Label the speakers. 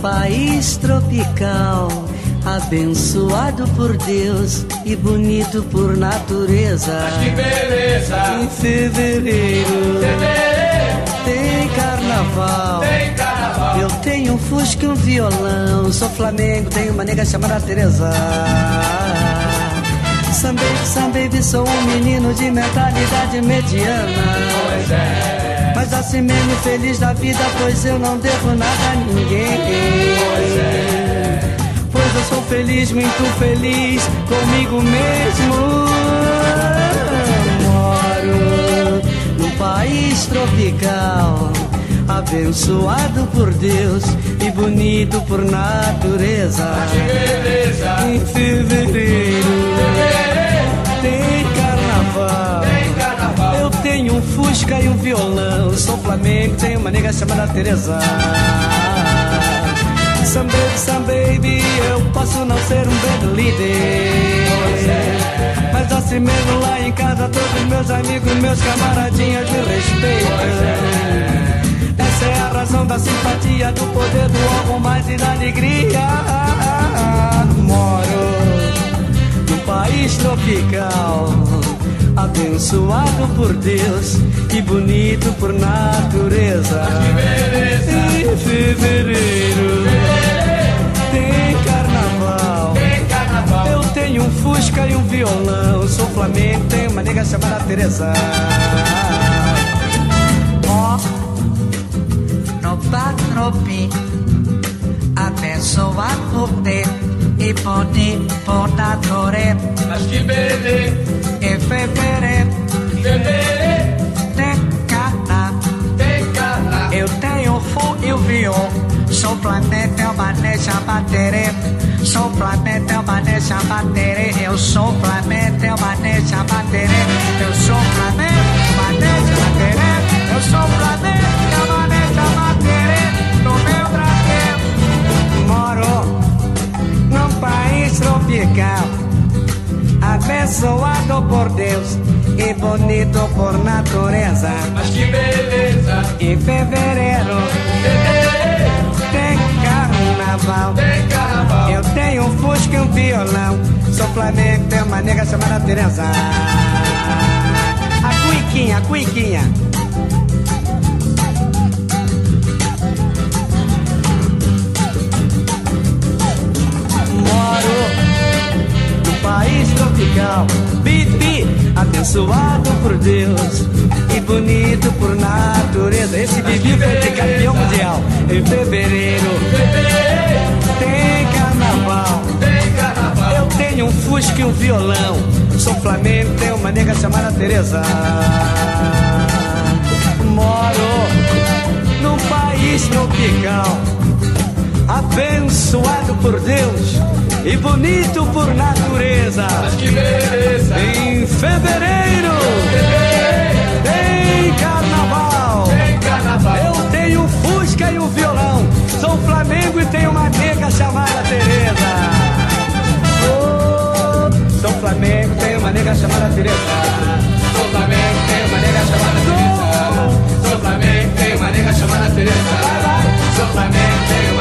Speaker 1: país tropical, abençoado por Deus e bonito por natureza.
Speaker 2: Mas que beleza!
Speaker 1: Em fevereiro,
Speaker 2: fevereiro
Speaker 1: tem carnaval.
Speaker 2: Tem carnaval.
Speaker 1: Eu tenho um fusca e um violão. Sou flamengo, tenho uma nega chamada Teresa. Sam baby, sam baby, sou um menino de mentalidade mediana.
Speaker 2: Pois é,
Speaker 1: Mas assim mesmo feliz da vida, pois eu não devo nada a ninguém. Pois eu sou feliz, muito feliz comigo mesmo. Moro num país tropical, abençoado por Deus e bonito por natureza.
Speaker 2: que beleza!
Speaker 1: Em fevereiro tem carnaval.
Speaker 2: Tem carnaval.
Speaker 1: Eu tenho um Fusca e um violão. Sou Flamengo, tenho uma nega chamada Teresa. Some baby, some baby, eu posso não ser um bad líder. Mas assim mesmo lá em casa, todos meus amigos, meus camaradinhas me respeitam. Essa é a razão da simpatia, do poder do algo mais e da alegria. Moro num país tropical, abençoado por Deus e bonito por natureza. Em fevereiro tem carnaval.
Speaker 2: Tem carnaval.
Speaker 1: Eu tenho um Fusca e um violão. Sou Flamengo, tenho uma nega chamada Teresa.
Speaker 3: Ó, tropa, tropi, abençoado por Deus e poder por natureza.
Speaker 2: Mas que beleza!
Speaker 3: Em fevereiro
Speaker 2: Fevereiro
Speaker 3: tem cana,
Speaker 2: tem carnaval.
Speaker 3: eu tenho fu e o viol. Sou planeta, eu manejo a bateria. Sou planeta, eu manejo a bateria. Eu sou planeta, eu manejo a bateria. Eu sou planeta, eu manejo a bateria. Eu sou planeta, eu manejo a bateria. No meu Brasil, moro
Speaker 1: Num país tropical, abençoado por Deus e bonito por natureza.
Speaker 2: Mas que beleza!
Speaker 1: Em fevereiro
Speaker 2: Fevereiro
Speaker 1: tem carnaval.
Speaker 2: tem carnaval.
Speaker 1: Eu tenho um fusca e um violão Sou Flamengo, tenho uma nega chamada Teresa A cuiquinha, a cuiquinha Moro num país tropical Bibi, abençoado por Deus E bonito por natureza Esse Bibi foi tricampeão mundial Em fevereiro
Speaker 2: Fevereiro
Speaker 1: tem carnaval.
Speaker 2: tem carnaval.
Speaker 1: Eu tenho um fusca e um violão. Sou flamengo, tenho uma nega chamada Teresa. Moro num país tropical, abençoado por Deus e bonito por natureza.
Speaker 2: Mas que beleza!
Speaker 1: Em fevereiro
Speaker 2: Fevereiro
Speaker 1: tem carnaval.
Speaker 2: tem carnaval.
Speaker 1: Eu tenho um Fusca e um violão. Sou Flamengo e tenho uma nega chamada Tereza. Oh, sou Flamengo, tenho uma nega chamada Tereza.
Speaker 2: Sou Flamengo, tem uma nega chamada Teresa. Sou Flamengo, tem uma nega chamada Teresa. Sou Flamengo, tem uma